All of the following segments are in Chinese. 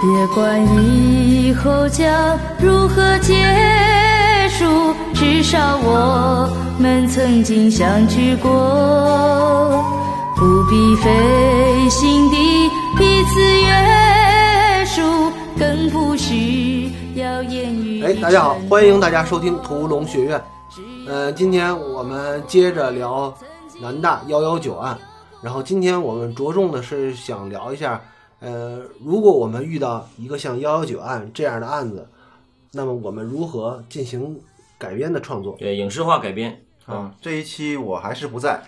别管以后将如何结束，至少我们曾经相聚过。不必费心地彼此约束，更不需要言语。哎，大家好，欢迎大家收听《屠龙学院》。呃，今天我们接着聊南大幺幺九案，然后今天我们着重的是想聊一下，呃，如果我们遇到一个像幺幺九案这样的案子，那么我们如何进行改编的创作？对，影视化改编啊，这一期我还是不在，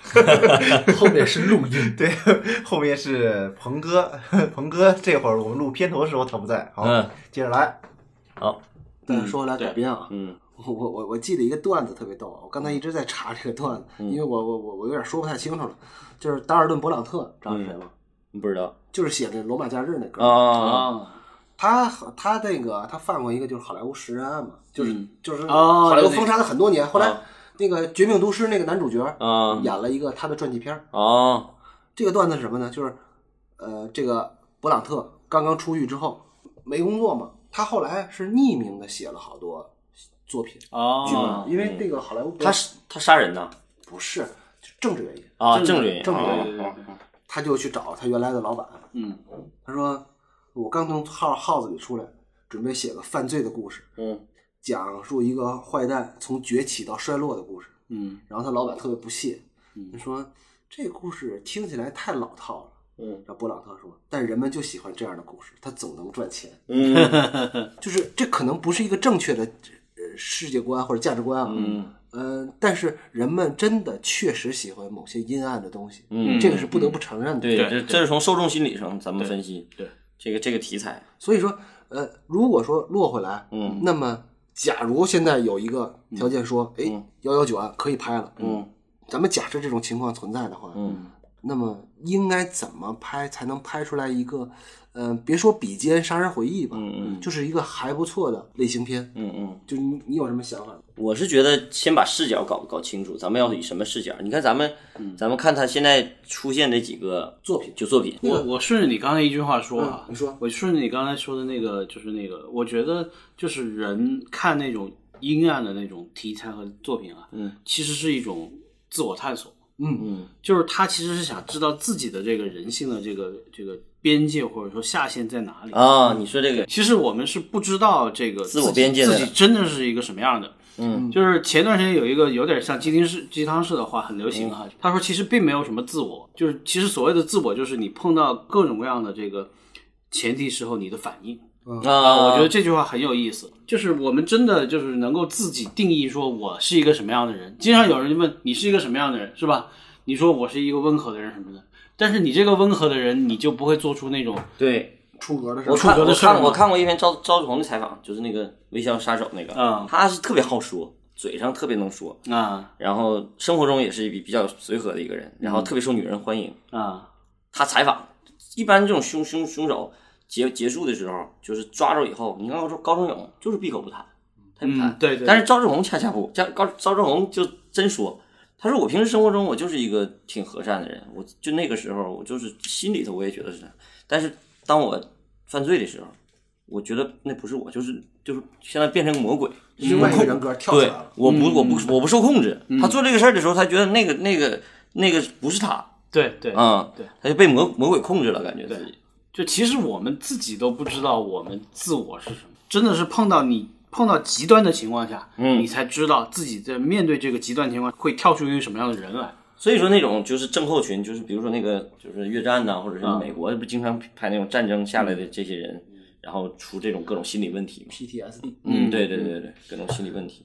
后面是录音， 对，后面是鹏哥， 鹏哥这会儿我们录片头的时候他不在，哦好，嗯接着来，但是说回来改编啊，嗯，我我我我记得一个段子特别逗啊，我刚才一直在查这个段子，因为我我我我有点说不太清楚了，就是达尔顿·勃朗特，知道是谁吗？不知道就是写的《罗马假日》那歌，啊，啊，他他那个他犯过一个就是好莱坞食人案嘛，就是嗯就是哦好莱坞有那个封杀了很多年，后来啊那个《绝命毒师》那个男主角哦啊演了一个他的传记片儿，啊这个段子是什么呢？就是，呃，这个勃朗特刚刚出狱之后没工作嘛，他后来是匿名的写了好多作品剧哦本，，因为这个好莱坞他是他杀人呢不是就政治原因，啊，政政治治原因政治啊原因哦他就去找他原来的老板，嗯他说我刚从号号子里出来，准备写个犯罪的故事，嗯讲述一个坏蛋从崛起到衰落的故事。嗯然后他老板特别不屑，嗯他说这故事听起来太老套了。嗯然后勃朗特说：“但人们就喜欢这样的故事，他总能赚钱。嗯 就是这可能不是一个正确的呃世界观或者价值观啊，嗯呃，但是人们真的确实喜欢某些阴暗的东西，嗯这个是不得不承认的。对，对这对这是从受众心理上咱们分析对对这个这个题材，所以说，呃，如果说落回来，嗯，那么假如现在有一个条件说，哎，幺幺九案可以拍了，嗯咱们假设这种情况存在的话，嗯那么应该怎么拍才能拍出来一个，嗯、别说比肩杀人回忆吧，嗯就是一个还不错的类型片。嗯嗯，就你你有什么想法？我是觉得先把视角搞搞清楚，咱们要以什么视角？你看咱们咱们看他现在出现这几个嗯作品就作品，我我顺着你刚才一句话说啊，嗯嗯你说我顺着你刚才说的那个，就是那个，我觉得就是人看那种阴暗的那种题材和作品啊，嗯，其实是一种自我探索，嗯嗯就是他其实是想知道自己的这个人性的这个这个边界或者说下限在哪里。啊，你说这个其实我们是不知道这个自我边界的自己真的是一个什么样的。嗯，就是前段时间有一个有点像鸡丁式鸡汤式的话很流行啊，嗯他说其实并没有什么自我，就是其实所谓的自我就是你碰到各种各样的这个前提时候你的反应嗯啊，我觉得这句话很有意思，就是我们真的就是能够自己定义说我是一个什么样的人。经常有人问你是一个什么样的人，是吧？你说我是一个温和的人什么的，但是你这个温和的人，你就不会做出那种对。出格的事我儿，看出格我的事儿看吗我看过一篇赵赵志红的采访，就是那个微笑杀手那个，嗯他是特别好说，嘴上特别能说，啊然后生活中也是比比较随和的一个人，然后特别受女人欢迎。啊他采访一般这种凶凶凶手结结束的时候，就是抓住以后，你看高中高中勇就是闭口不谈，他也不谈，嗯对对但是赵志红恰恰不，赵高赵志红就真说。他说：“我平时生活中我就是一个挺和善的人，我就那个时候我就是心里头我也觉得是，但是当我犯罪的时候，我觉得那不是我，就是就是现在变成个魔鬼，另外一个人格跳起来了。对，我不我不我不受控制。他做这个事儿的时候，他觉得那个那个那个不是他对对啊，对他就被魔魔鬼控制了，感觉自己。就其实我们自己都不知道我们自我是什么，真的是碰到你碰到极端的情况下，嗯你才知道自己在面对这个极端情况会跳出一个什么样的人来。所以说那种就是症候群，就是比如说那个就是越战呐、或者是美国不经常拍那种战争下来的这些人，然后出这种各种心理问题嘛。 PTSD，嗯，对对对对，各种心理问题。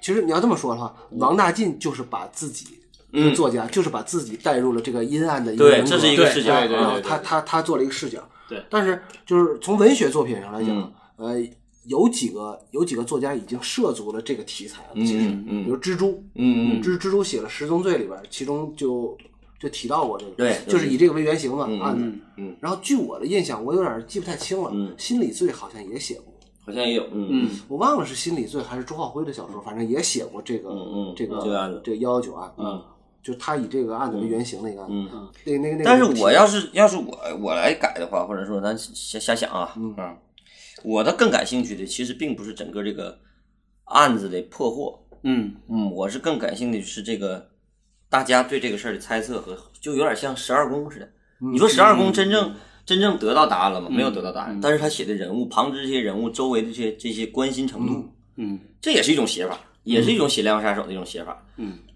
其实你要这么说的话，王大进就是把自己，嗯作家就是把自己带入了这个阴暗的一个对人格这是一个视角哎对对然后对对他他他做了一个视角，对但是就是从文学作品上来讲，嗯呃，有几个有几个作家已经涉足了这个题材了，其实，嗯嗯比如蜘蛛，嗯嗯蜘蜘蛛写了《十宗罪》里边，其中就就提到过这个，对就是以这个为原型嘛嗯案子嗯。嗯，然后据我的印象，我有点记不太清了，嗯心理罪》好像也写过，好像也有。嗯嗯我忘了是心理罪还是周浩辉的小说，反正也写过这个嗯嗯这个这个案子这个幺幺九案。嗯就他以这个案子为原型那个案子，嗯嗯那那个那个。但是我要是要是我我来改的话，或者说咱瞎瞎想啊，嗯我的更感兴趣的其实并不是整个这个案子的破获，嗯嗯，我是更感兴趣的是这个大家对这个事儿的猜测和，就有点像十二宫似的。你说十二宫真正、真正得到答案了吗？没有得到答案，但是他写的人物旁支这些人物周围的这些这些关心程度，嗯，这也是一种写法，也是一种写两杀手的一种写法。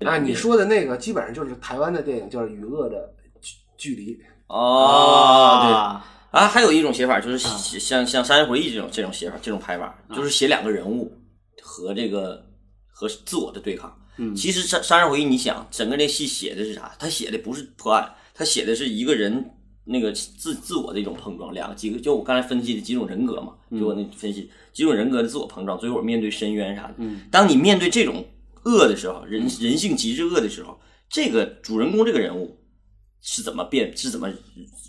啊，嗯你说的那个基本上就是台湾的电影，叫《与恶的距距离》。啊哦，对啊，还有一种写法就是写像像《杀人回忆》这种这种写法，这种拍法就是写两个人物和这个和自我的对抗。嗯其实《杀杀人回忆》，你想整个那戏写的是啥？他写的不是破案，他写的是一个人那个自自我的一种碰撞，两个几个就我刚才分析的几种人格嘛，就我那分析几种人格的自我碰撞，最后面对深渊啥的。当你面对这种恶的时候，人人性极致恶的时候，这个主人公这个人物是怎么变，是怎么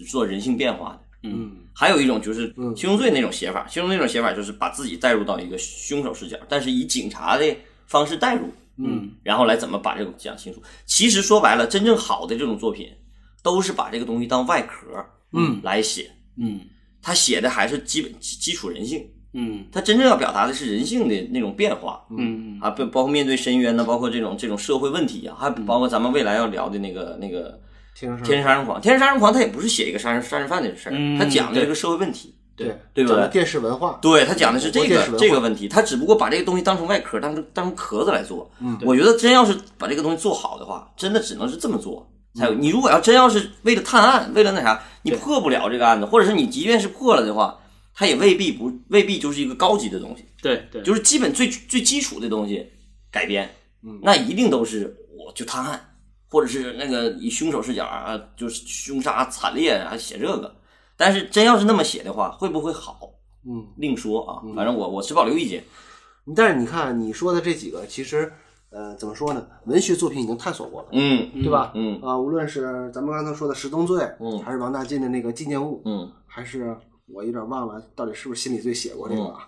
做人性变化的？嗯还有一种就是七宗罪那种写法，七宗罪那种写法就是把自己带入到一个凶手视角，但是以警察的方式带入，嗯，然后来怎么把这个讲清楚。其实说白了，真正好的这种作品，都是把这个东西当外壳，嗯，来写，嗯他写的还是基本基基础人性，嗯他真正要表达的是人性的那种变化，嗯啊，不包括面对深渊呢，包括这种这种社会问题啊，还嗯包括咱们未来要聊的那个那个天生《天使杀人狂》，《天使杀人狂》他也不是写一个杀人杀人犯的事儿，嗯他讲的这个社会问题，对对吧讲的电视文化，对他讲的是这我电视个文化这个问题，他只不过把这个东西当成外壳，当成当成壳子来做。嗯我觉得真要是把这个东西做好的话，真的只能是这么做。才有嗯你如果要真要是为了探案，为了那啥，你破不了这个案子，或者是你即便是破了的话，它也未必不未必就是一个高级的东西。对对，就是基本最最基础的东西改编，嗯那一定都是我就探案，或者是那个以凶手视角啊，就是凶杀惨烈啊，写这个。但是真要是那么写的话，会不会好？嗯，另说啊，反正我我持保留意见。但是你看你说的这几个，其实呃怎么说呢？文学作品已经探索过了，嗯对吧？嗯啊，无论是咱们刚才说的《十宗罪》，嗯还是王大进的那个《纪念物》，嗯还是我有点忘了到底是不是心理罪写过这个啊。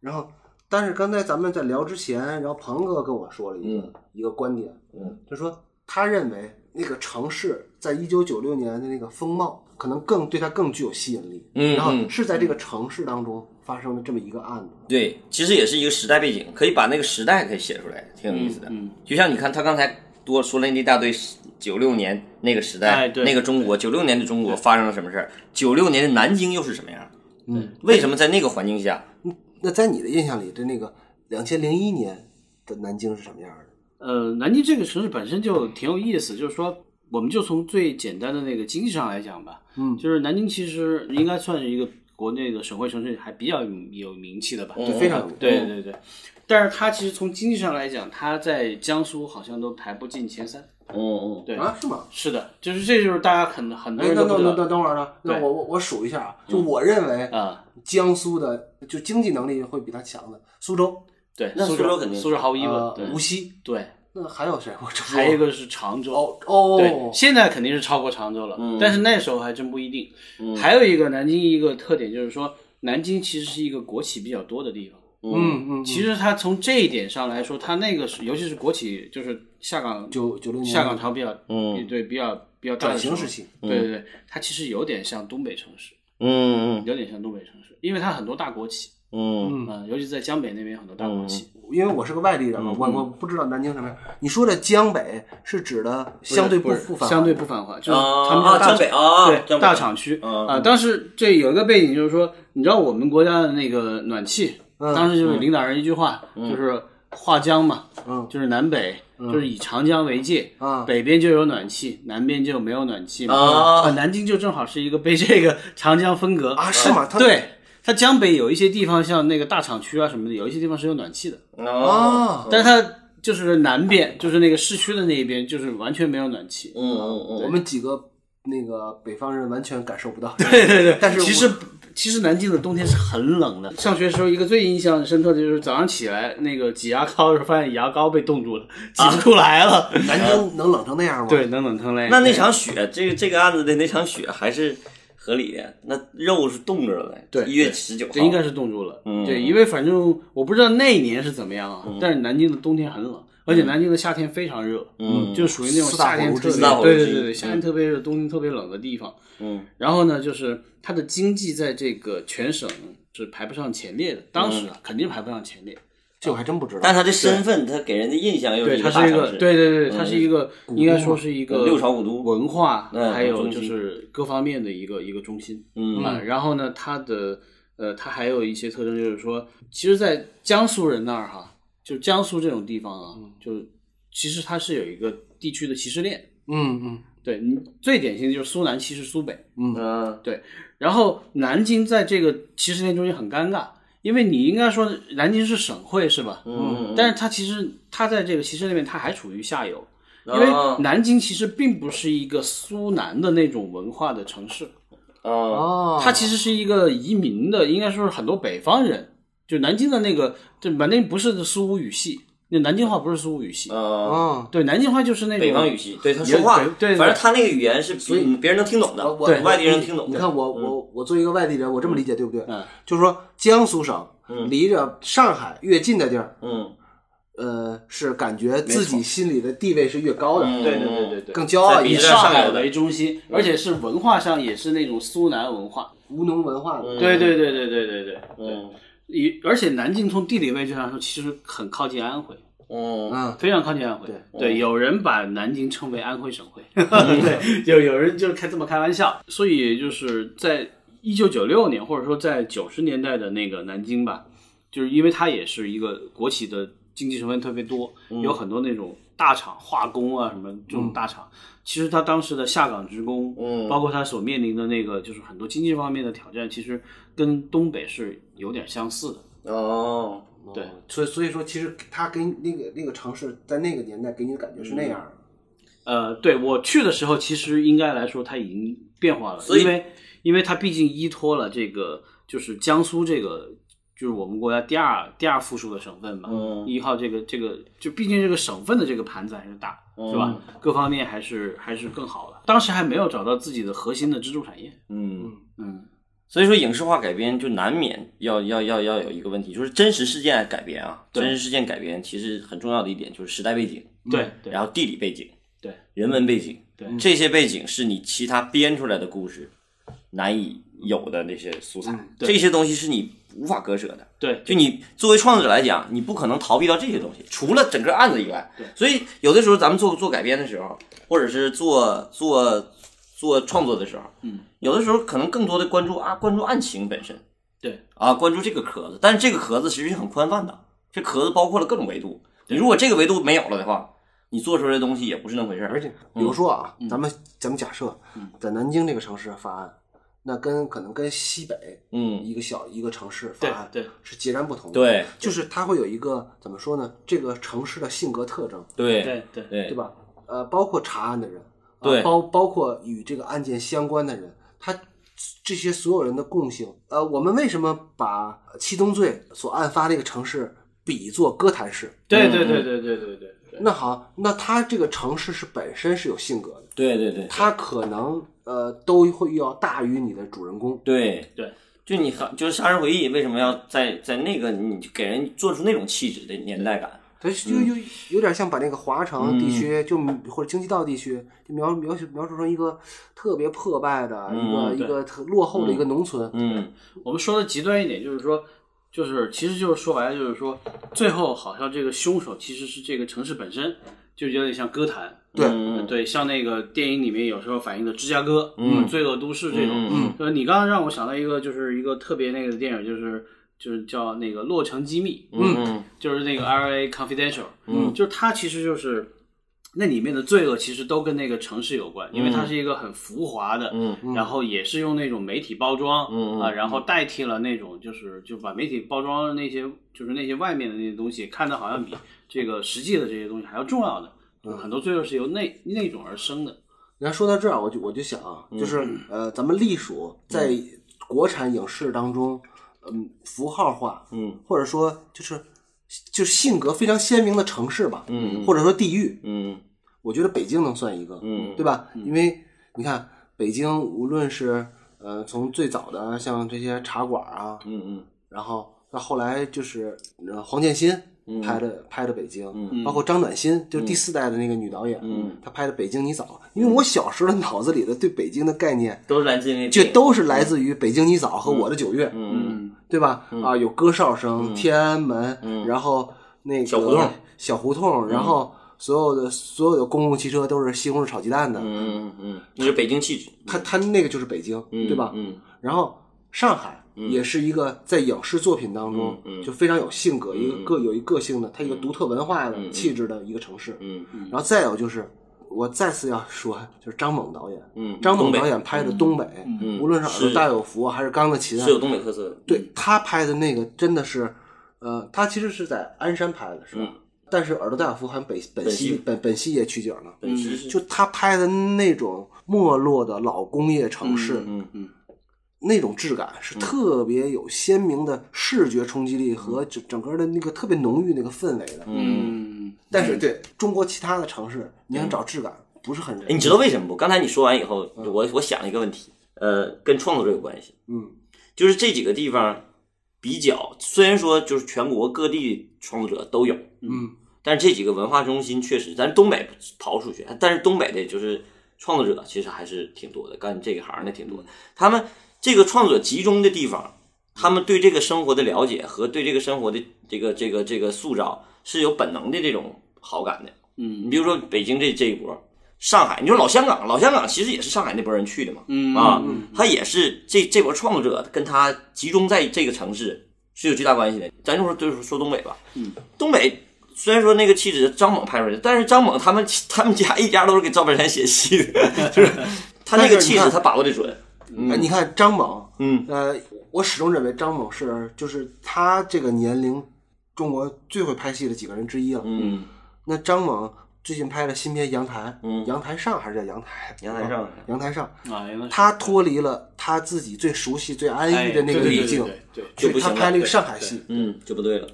然后，但是刚才咱们在聊之前，然后鹏哥跟我说了一个、嗯一个观点，嗯，就说他认为那个城市在一九九六年的那个风貌，可能更对他更具有吸引力。嗯然后嗯是在这个城市当中发生的这么一个案子。对，其实也是一个时代背景，可以把那个时代给写出来，挺有意思的。嗯就像你看他刚才多说了那一大堆，九六年那个时代，哎对那个中国，九六年的中国发生了什么事儿？九六年的南京又是什么样？嗯，为什么在那个环境下？那在你的印象里，这那个两千零一年的南京是什么样的？呃，南京这个城市本身就挺有意思，就是说，我们就从最简单的那个经济上来讲吧，嗯就是南京其实应该算是一个国内的省会城市，还比较有有名气的吧，嗯就非常有名对对对。但是它其实从经济上来讲，它在江苏好像都排不进前三。嗯嗯对，啊，是吗？是的，就是这就是大家很很多哎，人那那都不知那道那等会儿呢？那对我我我数一下啊，就我认为啊、江苏的就经济能力会比他强的，苏州、对，那苏苏州肯定是苏州毫无疑问，呃对无锡，对，那还有谁？我这还有一个是常州。哦哦，嗯对，现在肯定是超过常州了，但是那时候还真不一定。还有一个南京一个特点就是说，南京其实是一个国企比较多的地方。嗯嗯，其实它从这一点上来说，它那个是尤其是国企，就是下岗嗯九九六年下岗潮比较，嗯对比较比较大转的型时期，期，对对对，它其实有点像东北城市，嗯有点像东北城市，因为它很多大国企，嗯嗯嗯，尤其在江北那边有很多大国企，因为我是个外地人嘛，嗯我我不知道南京什么样。你说的江北是指的相对不是不繁华，相对不繁哦华，就是啊他们叫啊大江北啊江对北大厂区嗯啊。当时这有一个背景就是说，你知道我们国家的那个暖气，当时就是领导人一句话，就是划江嘛，嗯就是南北，就是以长江为界，啊北边就有暖气，南边就没有暖气嘛。啊南京就正好是一个被这个长江分隔哦啊是吗它对。它江北有一些地方，像那个大厂区啊什么的，有一些地方是有暖气的。嗯啊，但是它就是南边，就是那个市区的那一边，就是完全没有暖气。嗯嗯我们几个那个北方人完全感受不到。对对对，但是我其实其实南京的冬天是很冷的。上学的时候，一个最印象深刻的就是早上起来那个挤牙膏的时候，发现牙膏被冻住了，挤不出来了。南京能冷成那样吗？对，能冷成嘞。那那场雪，这个这个案子的那场雪还是合理的，那肉是冻着了呗。对一月十九号这嗯应该是冻住了。对，因为反正我不知道那一年是怎么样啊，但是南京的冬天很冷。而且南京的夏天非常热，嗯就属于那种四大夏天火炉特之别一四大火炉对之对对一对，夏天特别热，冬天特别冷的地方。嗯然后呢，就是它的经济在这个全省是排不上前列的，当嗯时啊肯定排不上前列。这我还真不知道。但他的身份，他给人的印象又对，一它个是大一城个，市，对对对，嗯它是一个，应该说是一个六朝古都文化，嗯还有中就心是各方面的一个一个中心。嗯啊，然后呢，它的呃，它还有一些特征，就是说，其实，在江苏人那儿哈，就江苏这种地方啊，就其实它是有一个地区的歧视链。嗯嗯对，你最典型的就是苏南歧视苏北，嗯然后南京在这个歧视链中间很尴尬，因为你应该说南京是省会是吧？嗯但是它其实它在这个歧视链里面，它还处于下游，因啊为南京其实并不是一个苏南的那种文化的城市，啊哦，它其实是一个移民的，应该说是很多北方人，就南京的那个，就南京不是苏吴语系，那南京话不是苏吴语系，啊，啊，对，南京话就是那种北方语系，对他说话也，对对对呃反正他那个语言是所以嗯别人能听懂的我，我外地人听懂的。嗯你看我我我作为一个外地人，我这么理解对不对？嗯，就是说江苏省离着上海越近的地儿，嗯，呃，是感觉自己心里的地位是越高的，嗯对对对对对，更骄傲在比一以例些，上上海海的为中心，而且是文化上也是那种苏南文化，吴侬文化的。对对对对对对对，嗯以而且南京从地理位置上说，其实很靠近安徽，嗯嗯，非常靠近安徽。对对，有人把南京称为安徽省会， 对，有有人就开这么开玩笑。所以就是在一九九六年，或者说在九十年代的那个南京吧，就是因为它也是一个国企的经济成分特别多，有很多那种大厂化工啊什么这种大厂，其实它当时的下岗职工，嗯包括它所面临的那个就是很多经济方面的挑战，其实跟东北是有点相似的。哦，对，所以所以说，其实他给你那个那个城市在那个年代给你的感觉是那嗯样的。呃，对我去的时候，其实应该来说它已经变化了，所以因为因为它毕竟依托了这个就是江苏这个就是我们国家第二第二富庶的省份嘛，嗯依靠这个这个就毕竟这个省份的这个盘子还是大，是吧？各方面还是还是更好的，当时还没有找到自己的核心的支柱产业，嗯，嗯，所以说影视化改编就难免要要要要有一个问题，就是真实事件改编啊，对真实事件改编其实很重要的一点就是时代背景，对嗯对然后地理背景，对，人文背景，对这些背景是你其他编出来的故事难以有的那些素材，嗯对这些东西是你无法割舍的。对就你作为创作者来讲，你不可能逃避到这些东西，除了整个案子以外。所以有的时候咱们做做改编的时候，或者是做做做创作的时候，嗯，有的时候可能更多的关注啊，关注案情本身对啊，关注这个壳子，但是这个壳子其实是很宽泛的，这壳子包括了各种维度。你如果这个维度没有了的话，你做出来的东西也不是那回事儿。而且，比嗯如说啊，咱们咱们假设在南京这个城市发案，那跟可能跟西北嗯，一个小一个城市发对案啊对是截然不同的。，对就是它会有一个怎么说呢？这个城市的性格特征，对对对对对吧？呃，包括查案的人，啊对包包括与这个案件相关的人，他这些所有人的共性。呃，我们为什么把七宗罪所案发的一个城市比作哥谭市？对对对对对对对对，那好，那它这个城市是本身是有性格的，对对对它可能呃都会要大于你的主人公。对对，就你还就是《杀人回忆》，为什么要在在那个你就给人做出那种气质的年代感？它就嗯就有点像把那个华城地区，就或者京畿道地区，就描描述描述成一个特别破败的一个嗯一对个特落后的一个农村。嗯我们说的极端一点，就是说，就是其实就是说白了，就是说，最后好像这个凶手其实是这个城市本身，就有点像歌坛，对嗯对，像那个电影里面有时候反映的芝加哥、嗯罪恶都市这种。嗯呃，你刚刚让我想到一个，就是一个特别那个的电影，就是就是叫那个《洛城机密》，嗯就是那个 R.A. Confidential，嗯就是它其实就是那里面的罪恶其实都跟那个城市有关，因为它是一个很浮华的，嗯然后也是用那种媒体包装，嗯嗯啊，然后代替了那种就是就把媒体包装那些就是那些外面的那些东西看的好像比这个实际的这些东西还要重要的，就是嗯很多罪恶是由那那种而生的，然后说到这儿，我就我就想啊，嗯就是呃，咱们隶属在国产影视当中，嗯，符号化，嗯，或者说就是就是性格非常鲜明的城市吧，嗯嗯或者说地域，嗯我觉得北京能算一个，嗯对吧？因为你看北京，无论是呃从最早的像这些茶馆啊，嗯嗯然后到后来就是、呃、黄建新，嗯拍的拍的北京，嗯包括张暖心，就是第四代的那个女导演，嗯她拍的《北京你早》，因为我小时候脑子里的对北京的概念，都是来自于那个就电影都是来自于《北京你早》和《我的九月》，嗯对吧？啊，有歌哨声，天安门，然后那个小胡同，嗯小胡同，然后所有的所有的公共汽车都是西红柿炒鸡蛋的，嗯嗯嗯，那是北京气质，它它那个就是北京，对吧？嗯然后上海也是一个在影视作品当中嗯嗯嗯就非常有性格，一个个有一个性的，它一个独特文化的气质的一个城市。嗯嗯然后再有就是，我再次要说， 就是张猛导演，嗯，张猛东北导演拍的东北，嗯无论是耳朵是大有福啊还是钢的琴啊是，有东北特色的，对他拍的那个真的是，呃，他其实是在鞍山拍的，是吧？嗯但是耳朵大有福好像北本本溪溪本本溪也取景了。本身是就他拍的那种没落的老工业城市，嗯嗯那种质感是特别有鲜明的视觉冲击力和整整个的那个特别浓郁那个氛围的。嗯。嗯，但是对中国其他的城市，你想找质感不是很容哎，易。你知道为什么不？刚才你说完以后，我我想了一个问题，呃，跟创作者有关系，嗯，就是这几个地方比较，虽然说就是全国各地创作者都有，嗯，但是这几个文化中心确实，咱东北刨出去，但是东北的就是创作者其实还是挺多的，干这个行嗯的挺多的。他们这个创作者集中的地方，他们对这个生活的了解和对这个生活的这个这个这个塑造是有本能的这种好感的。嗯，你比如说北京这这一波，上海，你说老香港，老香港其实也是上海那波人去的嘛，嗯啊，他也是这这波创作者跟他集中在这个城市是有巨大关系的。咱就说就是说东北吧，嗯，东北虽然说那个气质张猛拍出来的，但是张猛他们他们家一家都是给赵本山写戏的， 就是他那但个是你气看质他把握的准，嗯哎你看张猛，嗯呃，我始终认为张猛是就是他这个年龄中国最会拍戏的几个人之一了。嗯，那张猛最近拍了新片《阳台》，嗯阳台上还是叫阳台？阳台上啊阳台上，哎呀，他脱离了他自己最熟悉、最安逸的那个哎对语对境，对对对就所不以他行拍了一个对上海对戏，嗯，就不对了，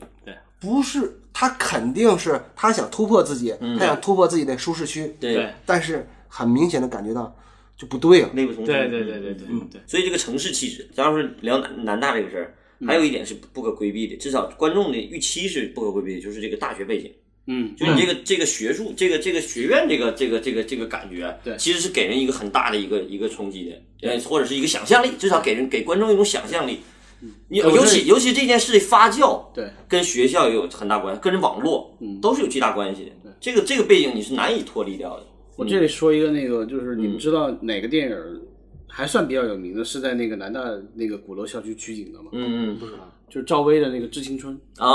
不是他肯定是他想突破自己，他想突破自己的舒适区，对，但是很明显的感觉到就不对了。内部重对对对对对对对，嗯所以这个城市气质，咱要是聊南南大这个事儿，还有一点是不可规避的，至少观众的预期是不可规避的，就是这个大学背景，嗯，就是你这个、这个学术，这个这个学院，这个这个这个这个感觉，对其实是给人一个很大的一个一个冲击的，呃，或者是一个想象力，至少给人给观众一种想象力。嗯你我尤这其尤其这件事的发酵，对，嗯跟学校也有很大关系，跟网络都是有巨大关系的。这个这个背景你是难以脱离掉的。我这里说一个那个，就是你们知道哪个电影还算比较有名的，是在那个南大那个鼓楼校区取景的吗？嗯嗯就是赵薇的那个《致青春啊，》，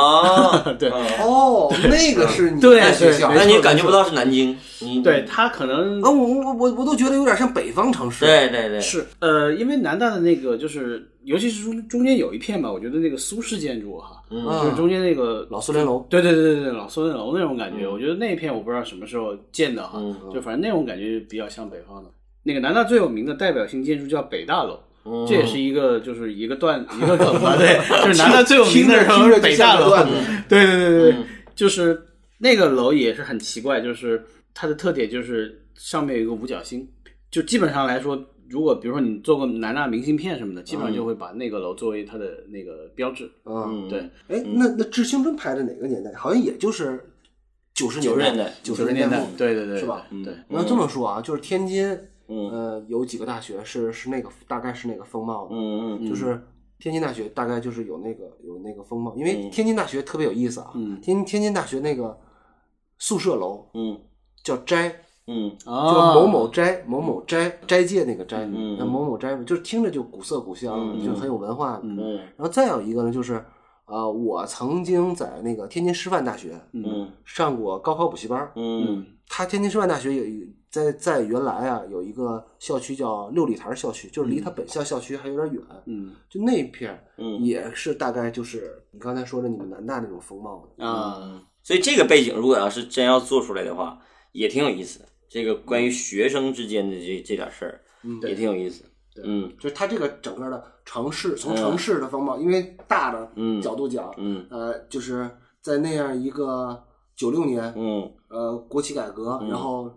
对。嗯哦，那个是你对在学校对，那没你错感觉不到是南京，你对他可能啊，我我我我都觉得有点像北方城市。啊对对对，哦是呃，因为南大的那个就是，尤其是中中间有一片吧，我觉得那个苏式建筑哈，嗯啊，就是中间那个老苏联楼，对对对对对，老苏联楼那种感觉，我觉得那一片我不知道什么时候建的哈，就反正那种感觉比较像北方的。那个南大最有名的代表性建筑叫北大楼，嗯这也是嗯一个就是一个段一个梗吧， 对，就是南大最有名听的着时听候是着就嗯北大像个楼，段嗯子。对对对对对，就是那个楼也是很奇怪，就是它的特点就是上面有一个五角星，就基本上来说，如果比如说你做个南大明信片什么的，基本上就会把那个楼作为它的那个标志。嗯，对，哎，那那《致青春》拍的哪个年代？好像也就是九十90年年代九九十十年代末，。对对对，是吧对，你要这么说啊，就是天津，嗯呃，有几个大学是是那个大概是那个风貌的，嗯嗯就是天津大学大概就是有那个有那个风貌，因嗯为天津大学特别有意思啊，天天津大学那个宿舍楼嗯叫斋，嗯就啊，某某斋某某斋斋戒那个斋，嗯那某某斋就是听着就古色古香嗯的，就很有文化的。嗯嗯然后再有一个呢，就是呃，我曾经在那个天津师范大学嗯上过高考补习班儿，嗯他天津师范大学有一在在原来啊有一个校区叫六里台校区，就是离他本校校区还有点远，嗯就那片儿嗯也是大概就是你刚才说的你们南大那种风貌嗯的。啊，所以这个背景如果要是真要做出来的话，也挺有意思。这个关嗯于学生之间的这这点事儿，也挺有意思。嗯就是它这个整个的城市，从城市的风貌，因为大的嗯角度讲，嗯呃，就是在那样一个九六年，嗯呃，国企改革，然后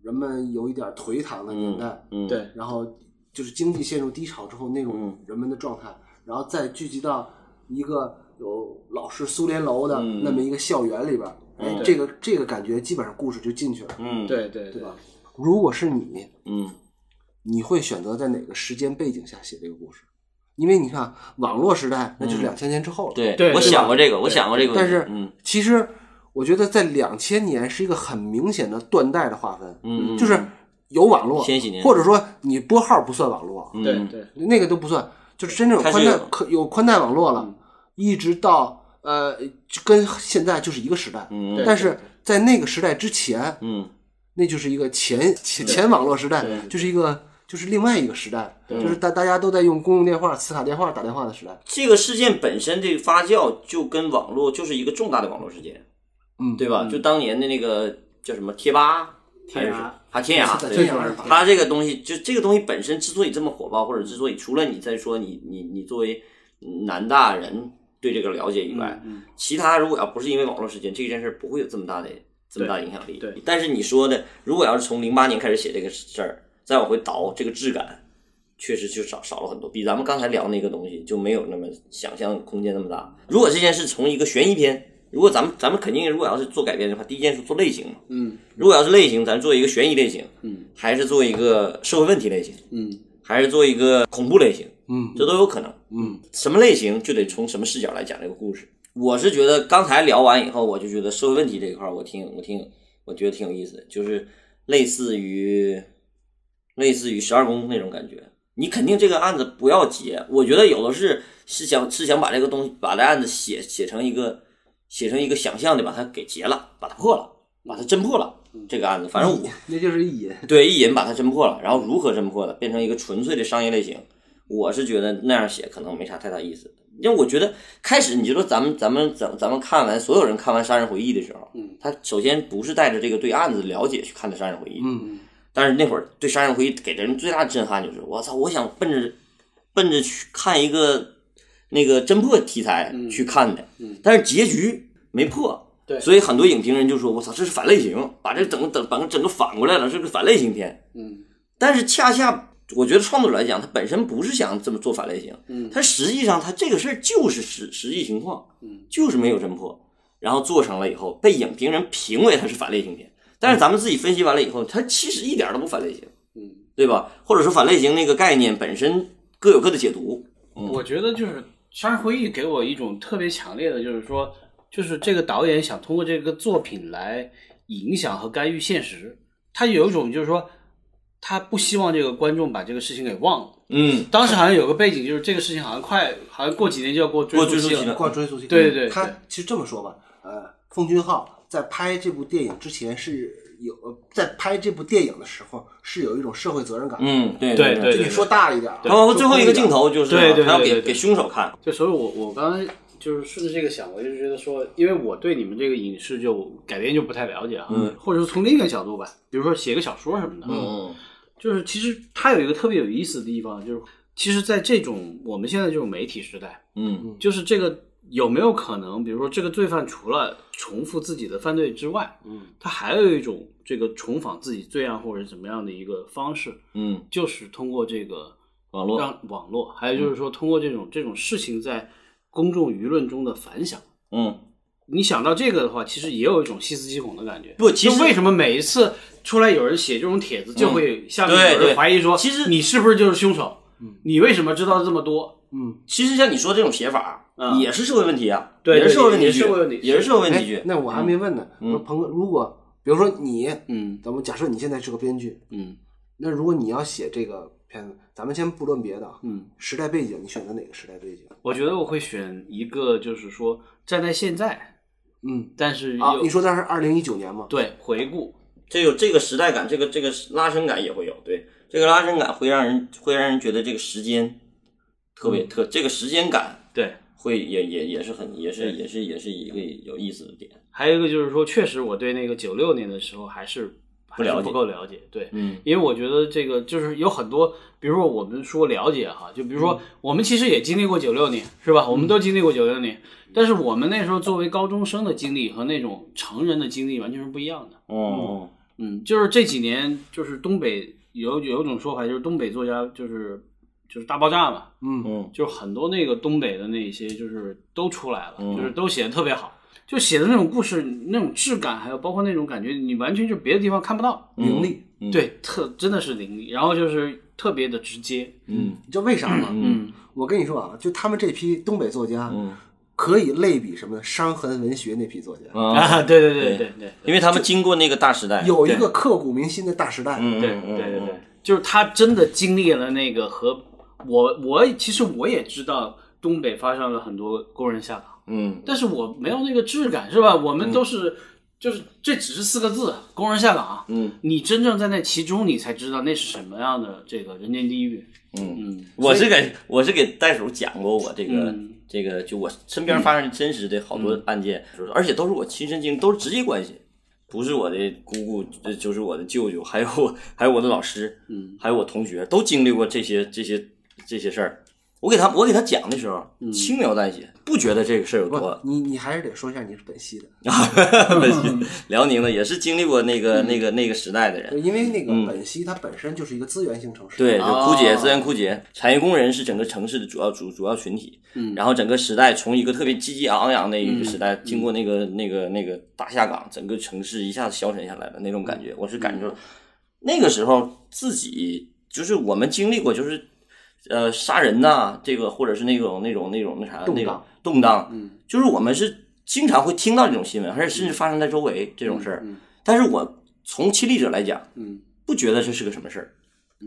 人们有一点颓唐的年代，嗯，对，然后就是经济陷入低潮之后那种人们的状态，然后再聚集到一个有老式苏联楼的嗯那么一个校园里边儿，哎对这个这个感觉基本上故事就进去了。嗯，，对对对吧如果是你，嗯你会选择在哪个时间背景下写这个故事？因为你看网络时代，那就是两千年之后了。嗯对，对我对想吧过这个，我想过这个问但题，是嗯其实我觉得在两千年是一个很明显的断代的划分，嗯，嗯就是有网络千禧，年或者说你拨号不算网络，嗯对对，那个都不算，就是真正有它是宽带有可有宽带网络了嗯，一直到呃就跟现在就是一个时代，嗯对但是在那个时代之前，嗯那就是一个前前前网络时代对，就是一个就是另外一个时代，对就是大大家都在用公用电话、磁卡电话打电话的时代。这个事件本身这个发酵就跟网络就是一个重大的网络事件，嗯对吧？就当年的那个叫什么贴吧，还是天涯什么啊 天涯，在对天涯上上它这个东西，就这个东西本身之所以这么火爆，或者之所以除了你在说你你你作为南大人对这个了解以外，嗯其他如果要不是因为网络事件，这件事儿不会有这么大的这么大影响力。对但是你说的，如果要是从零八年开始写这个事儿，再往回倒，这个质感确实就少少了很多，比咱们刚才聊那个东西就没有那么想象空间那么大。如果这件事从一个悬疑片，如果咱们咱们肯定如果要是做改编的话，第一件事做类型嘛。嗯如果要是类型，咱做一个悬疑类型，嗯，还是做一个社会问题类型，嗯，还是做一个恐怖类型，嗯这都有可能。嗯，什么类型就得从什么视角来讲这个故事。我是觉得刚才聊完以后，我就觉得社会问题这一块儿，我挺我挺我觉得挺有意思的，就是类似于类似于十二宫那种感觉。你肯定这个案子不要结，我觉得有的是是想是想把这个东西把这案子写写成一个写成一个想象的，把它给结了，把它破了，把它侦破了。这个案子，反正我那就是一引， 对，一引把它侦破了，然后如何侦破的，变成一个纯粹的商业类型，我是觉得那样写可能没啥太大意思。因为我觉得开始你就说咱们咱们咱咱们看完所有人看完《杀人回忆》的时候，嗯，他首先不是带着这个对案子了解去看的《杀人回忆》，嗯，但是那会儿对《杀人回忆》给人最大的震撼就是，我操，我想奔着奔着去看一个那个侦破题材去看的，但是结局没破，对所以很多影评人就说，我操，这是反类型，把这整个整把整个反过来了，是个反类型片。嗯但是恰恰我觉得创作者来讲，他本身不是想这么做反类型，嗯他实际上他这个事儿就是实实际情况，嗯，就是没有侦破，然后做成了以后被影评人评为它是反类型片，但是咱们自己分析完了以后，它其实一点儿都不反类型，嗯，对吧？或者说反类型那个概念本身各有各的解读，我觉得就是《杀人回忆》给我一种特别强烈的，就是说，就是这个导演想通过这个作品来影响和干预现实，他有一种就是说，他不希望这个观众把这个事情给忘了。嗯，当时好像有个背景，就是这个事情好像快，好像过几年就要过追过溯追溯期期了了。挂追溯期。对对对嗯他对其实这么说吧，呃，奉俊昊在拍这部电影之前是有呃在拍这部电影的时候是有一种社会责任感的。嗯，对对对对这你说大一点啊，然后最后一个镜头。头就是对对他要对给对对给凶手看，就所以我，我刚才就是顺着这个想，我就觉得说，因为我对你们这个影视就改编就不太了解啊，嗯或者说从另一个角度吧，比如说写个小说什么的，嗯就是其实它有一个特别有意思的地方，就是其实，在这种我们现在这种媒体时代，嗯就是这个有没有可能，比如说这个罪犯除了重复自己的犯罪之外，嗯，他还有一种这个重仿自己罪案或者怎么样的一个方式，嗯，就是通过这个网络让网络，还有就是说通过这种这种事情在公众舆论中的反响。嗯，你想到这个的话，其实也有一种细思极恐的感觉。不其实嗯就为什么每一次出来有人写这种帖子，就会下面对有人对怀疑说，其实嗯你是不是就是凶手？你为什么知道这么多？其实像你说这种写法嗯也是社会问题啊，对也是社会问题也是社会问剧题，也是社会问题哎剧，，那我还没问呢。我说鹏哥，如果比如说你，嗯咱们假设你现在是个编剧，嗯那如果你要写这个片子，咱们先不论别的啊，嗯，时代背景，你选择哪个时代背景？我觉得我会选一个，就是说站在现在，嗯，但是又、啊，你说那是二零一九年嘛？对回顾，这有这个时代感，这个这个拉伸感也会有，对，这个拉伸感会让人会让人觉得这个时间特别特，这个时间感嗯对，会也也也是很也是对也是也是一个有意思的点，还有一个就是说，确实我对那个九六年的时候还是还不了是解不够了解，对，嗯因为我觉得这个就是有很多，比如说我们说了解哈，就比如嗯说我们其实也经历过九六年，是吧？我们都经历过九六年，但是我们那时候作为高中生的经历和那种成人的经历完全是不一样的。嗯哦，嗯，就是这几年，就是东北有有一种说法，就是东北作家就是就是大爆炸嘛，嗯嗯就是很多那个东北的那些，就是都出来了，嗯就是都写的特别好，就写的那种故事那种质感，还有包括那种感觉，你完全就别的地方看不到。盈利，嗯对，特真的是灵力，然后就是特别的直接。嗯你知道为啥吗？嗯我跟你说啊，就他们这批东北作家，嗯可以类比什么呢？伤痕文学那批作家， 啊，啊，对对对对对对因为他们经过那个大时代，有一个刻骨铭心的大时代。嗯对嗯嗯对对对嗯，就是他真的经历了那个和我我其实我也知道东北发生了很多工人下岗，嗯但是我没有那个质感，是吧？我们都是、就是这只是四个字，工人下岗啊。嗯你真正在那其中，你才知道那是什么样的这个人间地狱。嗯，嗯我是给我是给袋鼠讲过我这个嗯这个，就我身边发生真实的好多案件，就是而且都是我亲身经历，都是直接关系，不是我的姑姑，呃就是我的舅舅，还有我还有我的老师，嗯，还有我同学都经历过这些这些这些事儿。我给他我给他讲的时候，嗯轻描淡写，不觉得这个事儿有不多，你你还是得说一下你是本溪的，嗯本 溪辽宁的也是经历过那嗯个、那个那个时代的人。对因为那个嗯本溪它本身就是一个资源性城市。对，就哦枯竭，资源枯竭，产业工人是整个城市的主要主主要群体。嗯然后整个时代从一个特别积极昂扬的一个时代，经过那个那个那个大下岗，整个城市一下子消沉下来的那种嗯感觉，我是感觉那个时候自己就是我们经历过，就是呃杀人呐、这个或者是那种那种那种那啥动荡那种动荡，嗯，就是我们是经常会听到这种新闻，而且甚至发生在周围这种事儿。嗯但是我从亲历者来讲，嗯，不觉得这是个什么事儿。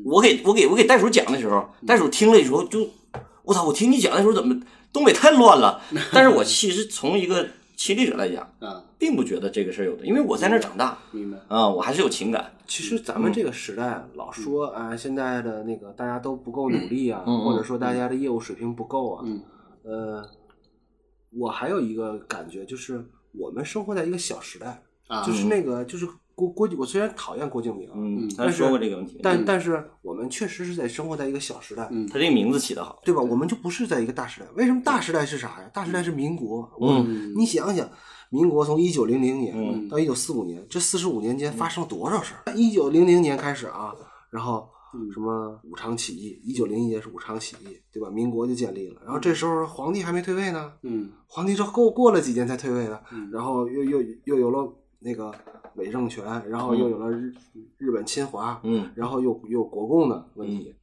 我给我给我给袋鼠讲的时候，嗯袋鼠听了以后就，我操！我听你讲的时候怎么东北太乱 了？但是我其实从一个亲历者来讲，啊，并不觉得这个事儿有的，因为我在那儿长大明白。啊、我还是有情感。其实咱嗯们这个时代啊老说啊，现在的那个大家都不够努力啊，嗯嗯或者说大家的业务水平不够啊。嗯呃，我还有一个感觉就是，我们生活在一个小时代，啊，就是那个就是郭郭靖，我虽然讨厌郭敬明啊，嗯，但咱是说过这个问题，但但是我们确实是在生活在一个小时代，嗯他这个名字起得好。对吧？我们就不是在一个大时代。为什么大时代是啥呀？大时代是民国。我嗯你想想，民国从一九零零年嗯到一九四五年，这四十五年间嗯发生了多少事儿？一九零零年开始啊，然后嗯什么武昌起义，一九零一年是武昌起义，对吧？民国就建立了。然后这时候皇帝还没退位呢，嗯皇帝这过过了几年才退位的嗯，然后又又又有了那个伪政权，然后嗯又有了日日本侵华，嗯然后又又有国共的问题。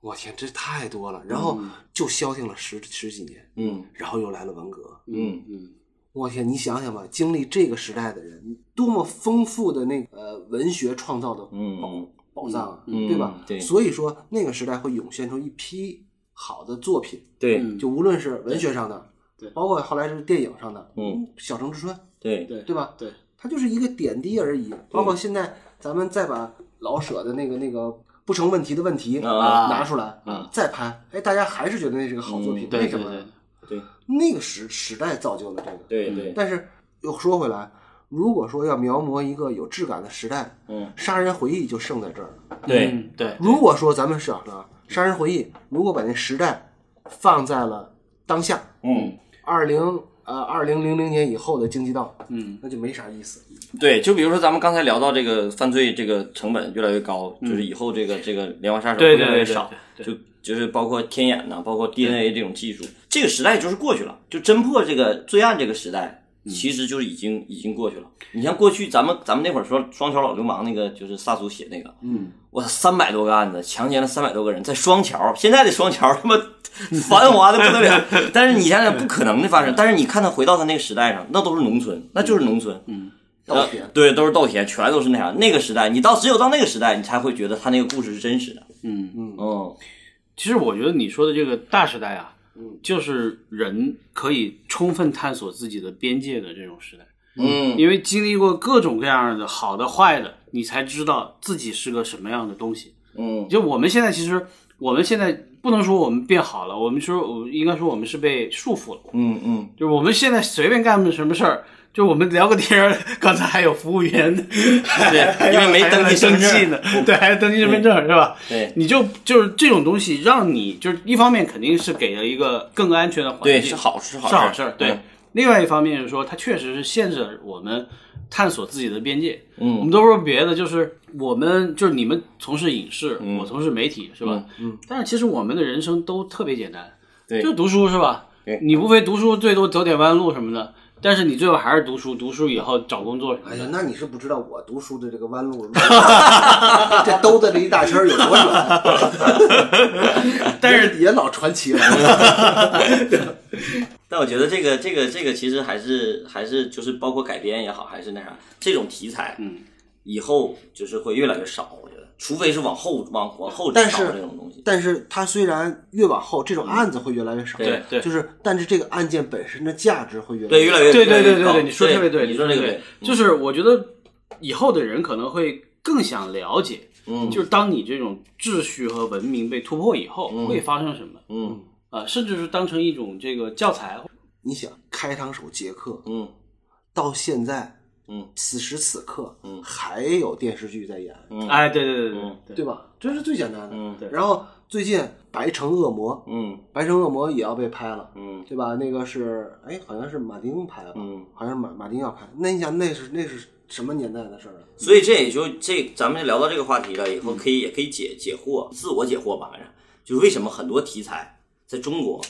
我天，这太多了，然后嗯就消停了十十几年，嗯然后又来了文革。嗯嗯我天，你想想吧，经历这个时代的人，多么丰富的那个呃文学创造的嗯宝藏啊，嗯对吧嗯？对所以说那个时代会涌现出一批好的作品，对嗯就无论是文学上的，对对包括后来是电影上的，嗯，小城之春，对对对吧？对，它就是一个点滴而已。包括现在咱们再把老舍的那个那个不成问题的问题啊拿出来啊，再拍，哎，大家还是觉得那是个好作品，嗯对为对什么对呢？，对那个时时代造就了这个。对对，但是又说回来，如果说要描摹一个有质感的时代，嗯《杀人回忆》就胜在这儿了。对嗯对，如果说咱们想啊，《杀人回忆》如果把那时代放在了当下，嗯二零呃二零零零年以后的经济道，嗯那就没啥意思。对，就比如说咱们刚才聊到这个犯罪这个成本越来越高，就是以后这个这个连环杀手会越对对来越对少，对就就是包括天眼呐、包括 DNA 这种技术，这个时代就是过去了，就侦破这个罪案这个时代，其实就是已经已经过去了。你像过去咱们咱们那会儿说双桥老流氓那个，就是萨苏写那个，嗯，我三百多个案子，强奸了三百多个人，在双桥，现在的双桥他妈繁华的不得了，但是你想想不可能的发生，但是你看他回到他那个时代上，那都是农村，那就是农村，嗯。稻田对，都是稻田，全都是那啥。那个时代，你到只有到那个时代，你才会觉得他那个故事是真实的。嗯，嗯其实我觉得你说的这个大时代啊，就是人可以充分探索自己的边界的这种时代，嗯因为经历过各种各样的好的坏的，你才知道自己是个什么样的东西。嗯就我们现在其实，我们现在不能说我们变好了，我们说我应该说我们是被束缚了。嗯嗯，就是我们现在随便干什么事儿，就我们聊个天儿，刚才还有服务员，对 因为没登记身份证呢，对，还要登记身份证是吧？对你就就是这种东西，让你就是一方面肯定是给了一个更安全的环境，嗯对，是好是好是好事儿，对。嗯另外一方面是说，它确实是限制了我们探索自己的边界。嗯我们都说别的，就是我们就是你们从事影视，嗯我从事媒体，是吧？嗯。但是其实我们的人生都特别简单，对就读书是吧？对你无非读书，最多走点弯路什么的，但是你最后还是读书，读书以后找工作什哎么呀的，。那你是不知道我读书的这个弯路，这兜的这一大圈儿有多远。但是也老传奇了，但我觉得这个这个这个其实还是还是就是包括改编也好，还是那啥这种题材，嗯，以后就是会越来越少，我觉得，除非是往后往往后但找是这种东西。但是它虽然越往后，这种案子会越来越少，对对就是但是这个案件本身的价值会越来对，越来越越对对越对来越对高对，你说得特别对，你你说这得个特别对，就是我觉得以后的人可能会更想了解，嗯就是当你这种秩序和文明被突破以后，会发生什么嗯啊、呃甚至是当成一种这个教材。你想开膛手杰克嗯到现在，嗯，此时此刻，嗯还有电视剧在演，嗯哎，对对对对嗯对对吧？这是最简单的。嗯对然后最近《白城恶魔》，嗯《白城恶魔》也要被拍了，嗯对吧？那个是，哎，好像是马丁拍的吧？嗯，好像是马马丁要拍。那你想，那是那是什么年代的事儿啊？所以这也就这，咱们就聊到这个话题了，以后可以也可以解解惑，自我解惑吧，反正就是为什么很多题材在中国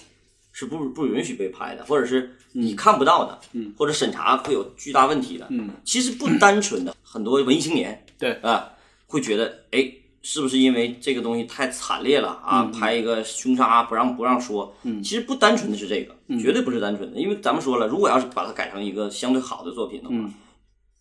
是不不允许被拍的，或者是你看不到的，嗯或者审查会有巨大问题的，嗯，其实不单纯的很多文艺青年，对啊，会觉得哎，是不是因为这个东西太惨烈了嗯啊？拍一个凶杀不让不让说，嗯，其实不单纯的是这个，嗯绝对不是单纯的，因为咱们说了，如果要是把它改成一个相对好的作品的话，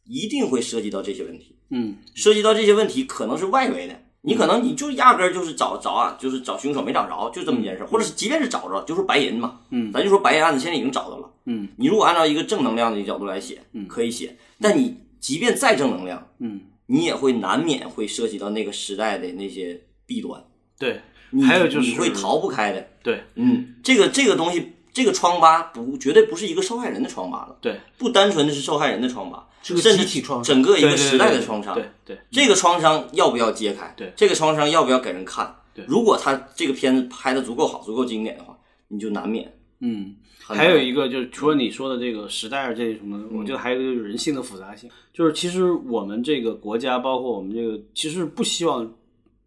一定会涉及到这些问题。嗯，涉及到这些问题，可能是外围的，你可能你就压根儿就是找找啊，就是找凶手没找着，就这么一件事儿，或者是即便是找着，就说白银嘛，嗯咱就说白银案子现在已经找到了，嗯，你如果按照一个正能量的角度来写，嗯可以写，但你即便再正能量，嗯，你也会难免会涉及到那个时代的那些弊端，对你，还有就是你会逃不开的，对嗯，这个这个东西，这个疮疤不绝对不是一个受害人的疮疤了，对不单纯的是受害人的疮疤，是个甚至集体创伤整个一对个对时代的创伤，对对这个创伤要不要揭开？嗯对这个创伤要不要给人看？对如果他这个片子拍的足够好、足够经典的话，你就难免嗯，很难。嗯还有一个就是除了你说的这个时代啊这什么的，我觉得还有一个就是人性的复杂性，就是其实我们这个国家，包括我们这个，其实不希望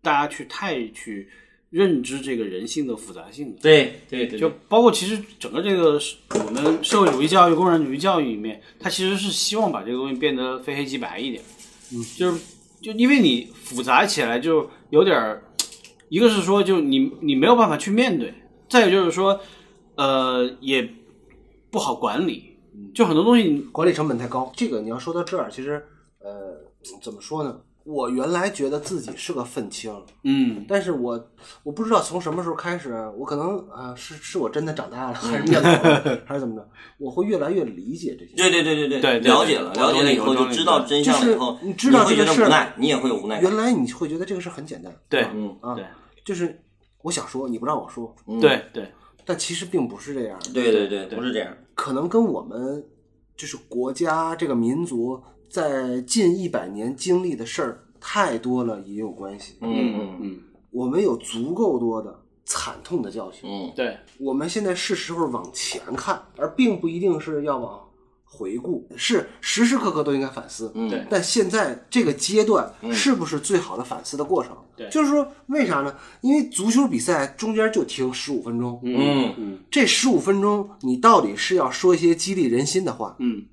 大家去太去认知这个人性的复杂性的。对对对，就包括其实整个这个是我们社会主义教育、共产主义教育里面，它其实是希望把这个东西变得非黑即白一点，嗯，就是就因为你复杂起来就有点儿，一个是说就你你没有办法去面对，再有就是说，呃，也不好管理，嗯就很多东西你管理成本太高。这个你要说到这儿，其实呃，怎么说呢？我原来觉得自己是个愤青，嗯但是我我不知道从什么时候开始，我可能啊、呃是是我真的长大了，还是变老了，还是怎么着？我会越来越理解这些。对对对对对对了解了，对对了解了以我后懂你就知道我真相就了是以后，你知道会这觉得个事儿无奈，你也会有无奈感。原来你会觉得这个事很简单，对嗯，啊对，就是我想说，你不让我说，嗯对对但其实并不是这样的。对对对，对不是这样。可能跟我们就是国家这个民族在近一百年经历的事儿太多了也有关系。嗯嗯嗯我们有足够多的惨痛的教训，嗯，对我们现在是时候往前看，而并不一定是要往回顾，是时时刻刻都应该反思。嗯对但现在这个阶段是不是最好的反思的过程？对就是说为啥呢？因为足球比赛中间就停十五分钟，嗯嗯这十五分钟你到底是要说一些激励人心的话，嗯，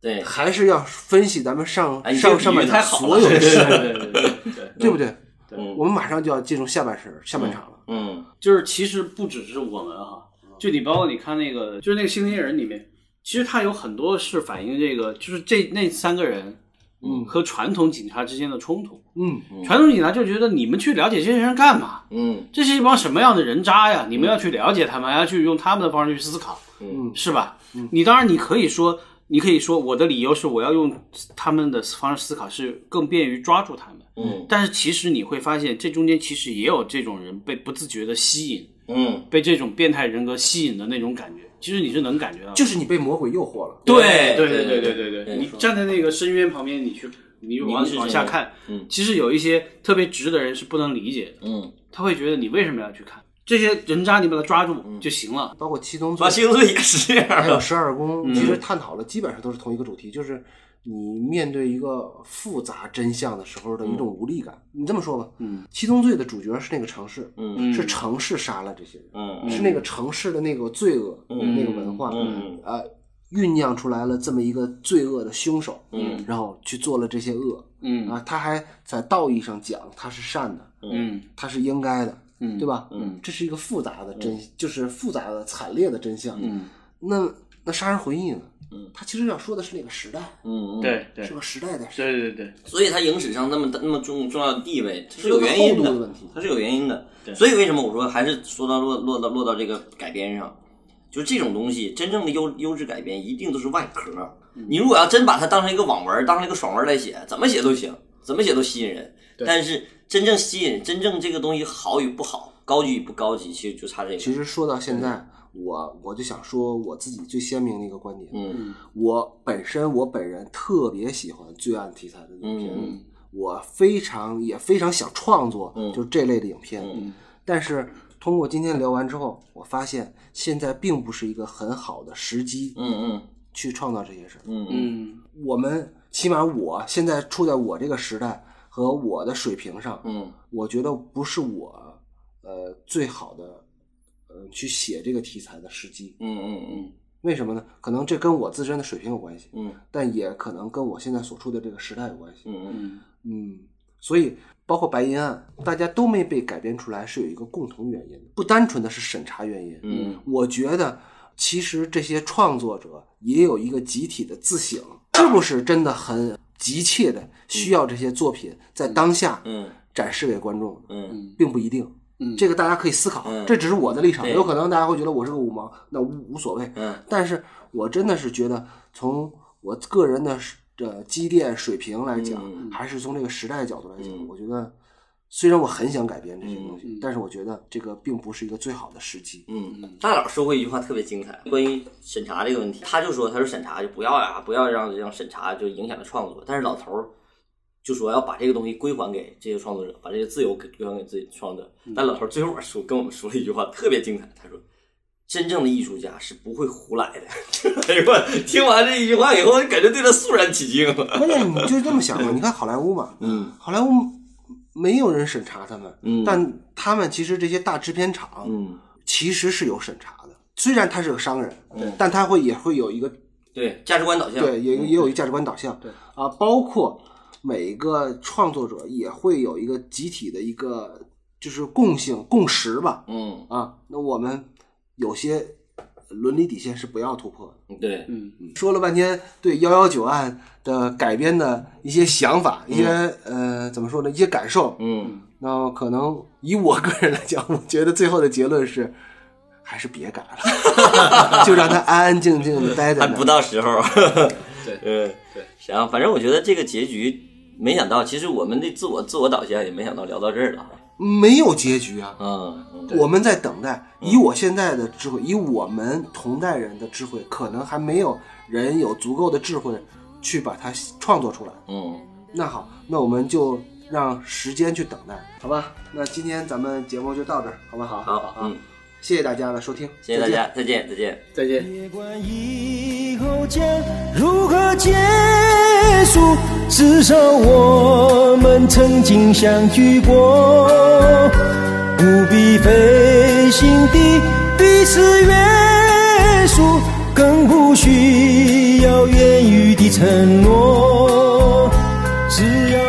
对还是要分析咱们上哎你这上比喻上半太场好所了有的对事，对对对对。对不对？嗯 我们马上就要进入下半时下半场了。嗯就是其实不只是我们哈，就你包括你看那个，就是那个《星星人》里面，其实它有很多是反映这个，就是这那三个人，嗯，和传统警察之间的冲突。嗯，传统警察就觉得你们去了解这些人干嘛？嗯这是一帮什么样的人渣呀？你们要去了解他们，要去用他们的方式去思考，嗯，是吧？你当然你可以说，你可以说我的理由是我要用他们的方式思考，是更便于抓住他们。嗯但是其实你会发现，这中间其实也有这种人被不自觉的吸引，嗯，被这种变态人格吸引的那种感觉，其实你是能感觉到的。就是你被魔鬼诱惑了。对对对对对对对对对对你说站在那个深渊旁边，你去你往凝视往深下渊看，嗯其实有一些特别直的人是不能理解的，嗯，他会觉得你为什么要去看这些人渣？你把他抓住就行了。包括七宗罪抓，星座也是这样 还有的。十二宫，其实探讨了基本上都是同一个主题，就是你面对一个复杂真相的时候的一种无力感。你这么说吧，嗯，七宗罪的主角是那个城市，嗯是城市杀了这些人，嗯是那个城市的那个罪恶，嗯那个文化，嗯呃，酝酿出来了这么一个罪恶的凶手，嗯然后去做了这些恶，嗯啊，他还在道义上讲他是善的，嗯他是应该的，嗯对吧？嗯，这是一个复杂的真，就是复杂的惨烈的真相。嗯，那那杀人回忆呢？嗯，他其实要说的是那个时代，嗯，对对是个时代的事，对对对，所以它影史上那么大那么重重要的地位，它是是个有原因厚度的的问题，它是有原因的对。所以为什么我说还是说到落落到落到这个改编上，就是这种东西，真正的优优质改编一定都是外壳。你如果要真把它当成一个网文，当成一个爽文来写，怎么写都行，怎么写都吸引人。但是真正吸引人，真正这个东西好与不好，高级与不高级，其实就差这其个。实说到嗯现在，我我就想说我自己最鲜明的一个观点，嗯我本身我本人特别喜欢罪案题材的影片，嗯我非常也非常想创作，嗯就是这类的影片。嗯但是通过今天聊完之后，我发现现在并不是一个很好的时机嗯去创造这些事儿。嗯嗯嗯我们起码我现在处在我这个时代和我的水平上，嗯我觉得不是我呃最好的呃去写这个题材的时机。嗯嗯为什么呢？可能这跟我自身的水平有关系，嗯但也可能跟我现在所处的这个时代有关系。嗯嗯嗯，所以包括白银案，大家都没被改编出来，是有一个共同原因的，不单纯的是审查原因。嗯，我觉得其实这些创作者也有一个集体的自省，是不是真的很急切的需要这些作品在当下嗯展示给观众，嗯并不一定。嗯，这个大家可以思考，嗯这只是我的立场，对有可能大家会觉得我是个五毛，那无无所谓。嗯但是我真的是觉得，从我个人的是呃积淀水平来讲，嗯还是从这个时代角度来讲，嗯我觉得虽然我很想改变这些东西，嗯嗯但是我觉得这个并不是一个最好的时机。嗯，大佬说过一句话特别精彩，关于审查这个问题，他就说，他说审查就不要呀、不要让让审查就影响了创作。但是老头儿就说要把这个东西归还给这些创作者，把这个自由给归还给自己创作者。但老头儿最后说跟我们说了一句话特别精彩，他说。真正的艺术家是不会胡来的。 哎呦我听完这一句话以后，感觉对他肃然起敬了。关键你就这么想吧，你看好莱坞嘛，嗯好莱坞没有人审查他们，嗯但他们其实这些大制片厂，嗯，其实是有审查的。虽然他是个商人对，但他会也会有一个对，价值观导向。对，也也有一价值观导向。对啊，包括每个创作者也会有一个集体的一个就是共性共识吧。嗯，啊，那我们有些伦理底线是不要突破的。对，嗯说了半天对幺幺九案的改编的一些想法，一些呃怎么说呢，一些感受。嗯，那可能以我个人来讲，我觉得最后的结论是，还是别改 了，就让他安安静静的待在还那儿。不到时候。对嗯， 对，行，反正我觉得这个结局，没想到，其实我们的自我自我导向也没想到聊到这儿了。没有结局啊。嗯，我们在等待，以我现在的智慧，以我们同代人的智慧，可能还没有人有足够的智慧去把它创作出来。嗯，那好，那我们就让时间去等待，好吧？那今天咱们节目就到这儿，好不好？好，嗯，谢谢大家的收听，谢谢大家，再见，再见。再见。别管以后将如何结束，至少我们曾经相聚过。不必费心地彼此约束，更不需要言语的承诺。只要